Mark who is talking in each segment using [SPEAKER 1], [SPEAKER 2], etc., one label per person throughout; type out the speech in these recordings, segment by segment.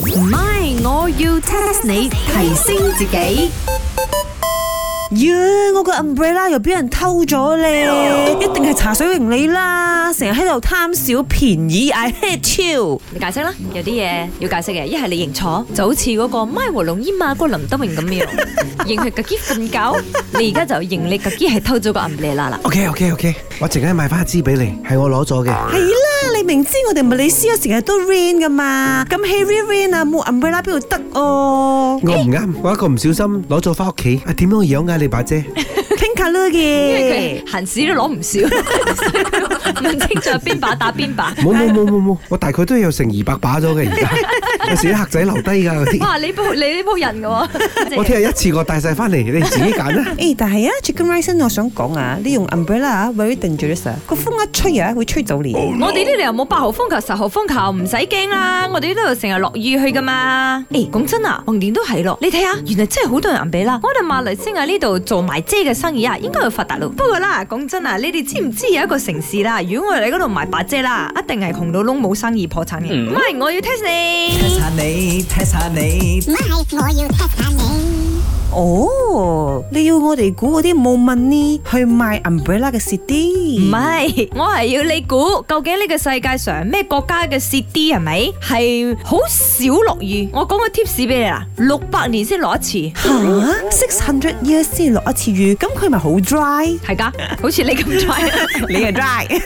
[SPEAKER 1] 唔係，我要 test 你提升自己。
[SPEAKER 2] 呀！我個 umbrella 又俾人偷咗咧，一定係茶水榮你啦，成日喺度貪小便宜，I hate you！
[SPEAKER 3] 你解釋啦，有啲嘢要解釋嘅，一係你認錯，就好似嗰個咪和龍伊馬個林德榮咁 樣，認佢自己瞓覺，你而家就認你自己係偷咗個 umbrella 啦。
[SPEAKER 4] OK OK OK，我陣間買翻一支俾你，係我攞咗嘅。
[SPEAKER 2] 係啦，你明知我哋咪你斯成日都 rain 噶嘛，咁 heavy rain 啊，冇 umbrella 邊度得哦？
[SPEAKER 4] 我唔啱，我一個唔小心攞咗翻屋企，啊點樣養啊你把遮？
[SPEAKER 2] pink colour
[SPEAKER 3] 因為
[SPEAKER 2] 嘅，
[SPEAKER 3] 佢閒時都攞唔少， 所以佢唔清楚邊把打邊把。
[SPEAKER 4] 冇冇冇冇冇，我大概都有成二百把咗嘅而家，有時啲客仔留低㗎嗰啲，
[SPEAKER 3] 哇！你鋪你呢鋪人嘅 喎，
[SPEAKER 4] 我聽日一次過帶晒翻嚟，你自己揀 啦。
[SPEAKER 2] 誒，但係啊，chicken rice 呢我想講啊，你用 umbrella 啊，very dangerous 啊，個風一吹啊，會吹走你。
[SPEAKER 3] 我哋呢度又冇八號風球、十號風球，唔使驚啦。我哋呢度成日落雨去噶嘛。誒、講真啊，橫掂都係咯。你睇下，原來真係好多人俾啦。我哋馬來西亞呢度做埋遮嘅生意啊，應該會發達咯。不過啦，講真啊，你哋知唔知有一個城市啦？如果我哋喺嗰度賣白遮啦，一定係窮到窿冇生意破產嘅。唔係、我要 test 你。
[SPEAKER 5] 下你，睇下你，
[SPEAKER 6] 唔係，我要 test 下你。
[SPEAKER 2] 哦，你要我哋估嗰啲冇 money 去賣 umbrella 嘅 city？
[SPEAKER 3] 唔係，我係要你估究竟呢個世界上咩國家嘅 city 係咪係好少落雨？我講個 tips 俾你啦，六百年先落一次。
[SPEAKER 2] 吓，six hundred years 先落一次雨，咁佢咪好 dry？
[SPEAKER 3] 係噶， 好似你咁 try，
[SPEAKER 2] 你係 dry，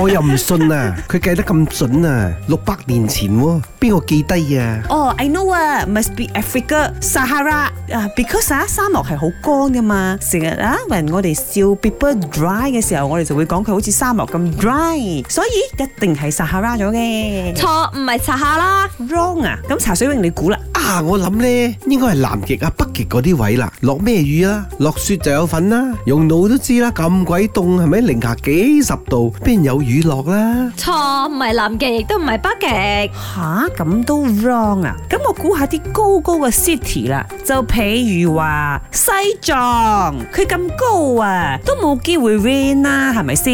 [SPEAKER 4] 我又唔信啊，佢計得咁準啊，六百年前喎，邊個記低啊？
[SPEAKER 2] 哦、i Ờ, know 啊，must be Africa Sahara 啊，because à, 啊沙漠係好乾噶嘛，成日啊人我哋笑 people dry 嘅時候，我哋就會講佢好似沙漠咁 dry，所以一定係 Sahara 咗嘅。
[SPEAKER 3] 錯唔係查下啦。
[SPEAKER 2] wrong 啊，咁茶水泳你估啦，
[SPEAKER 4] 啊，我諗呢應該係南極啊、北極嗰啲位啦，落咩雨啦？落雪就有份啦，用腦都知啦，咁鬼凍係咪？零下幾十度，邊有雨落啦？
[SPEAKER 3] 錯唔係南極，亦都唔係北極。
[SPEAKER 2] 吓咁都 wrong à? 啊，咁我估下啲高高嘅 city 啦，就譬如話西藏，佢咁高啊，都冇機會 rain 啦，係咪先？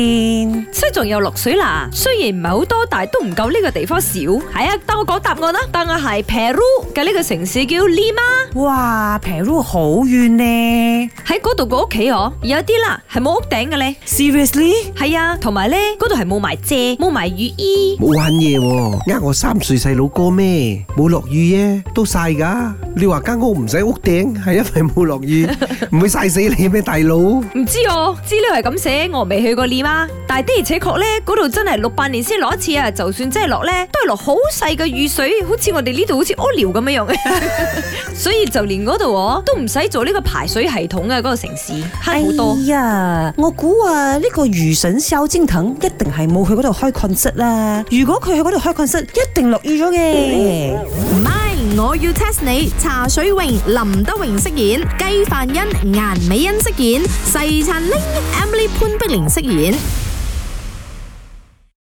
[SPEAKER 3] 西藏又落水啦，雖然唔係好多，但係都唔夠呢個地方少。係啊，等我講答案啦。答案係 Peru 嘅呢個城市叫 Lima，
[SPEAKER 2] 哇，Peru 好遠呢
[SPEAKER 3] 喺嗰度個屋企哦，有啲啦係冇屋頂嘅咧。
[SPEAKER 2] ，seriously？
[SPEAKER 3] 係啊，同埋咧嗰度係冇埋遮，冇埋雨衣。
[SPEAKER 4] 冇玩嘢喎，呃我三歲細佬哥咩？冇落雨啫，都晒噶。你話間屋唔使屋頂，係因為冇落雨，唔會晒死你咩，大佬？
[SPEAKER 3] 唔知哦，資料係咁寫，我未去過念啊。但係的而且確呢，嗰度真係六百年先落一次啊！就算真係落呢，都係落好細嘅雨水，好似我哋呢度好似屙尿咁樣 樣。所以就連嗰度哦，都唔使做呢個排水系統啊嘅嗰個城市，慳好多
[SPEAKER 2] 哎。呀，我估啊，呢、個魚神蕭敬騰一定係冇去嗰度開 concert à. 啦。如果佢去嗰度開 concert，一定落雨咗嘅。
[SPEAKER 1] 唔係，我要 test 你。茶水榮、林德榮飾演，雞范欣、顏美欣飾演，細陳玲、Emily 潘碧玲飾演。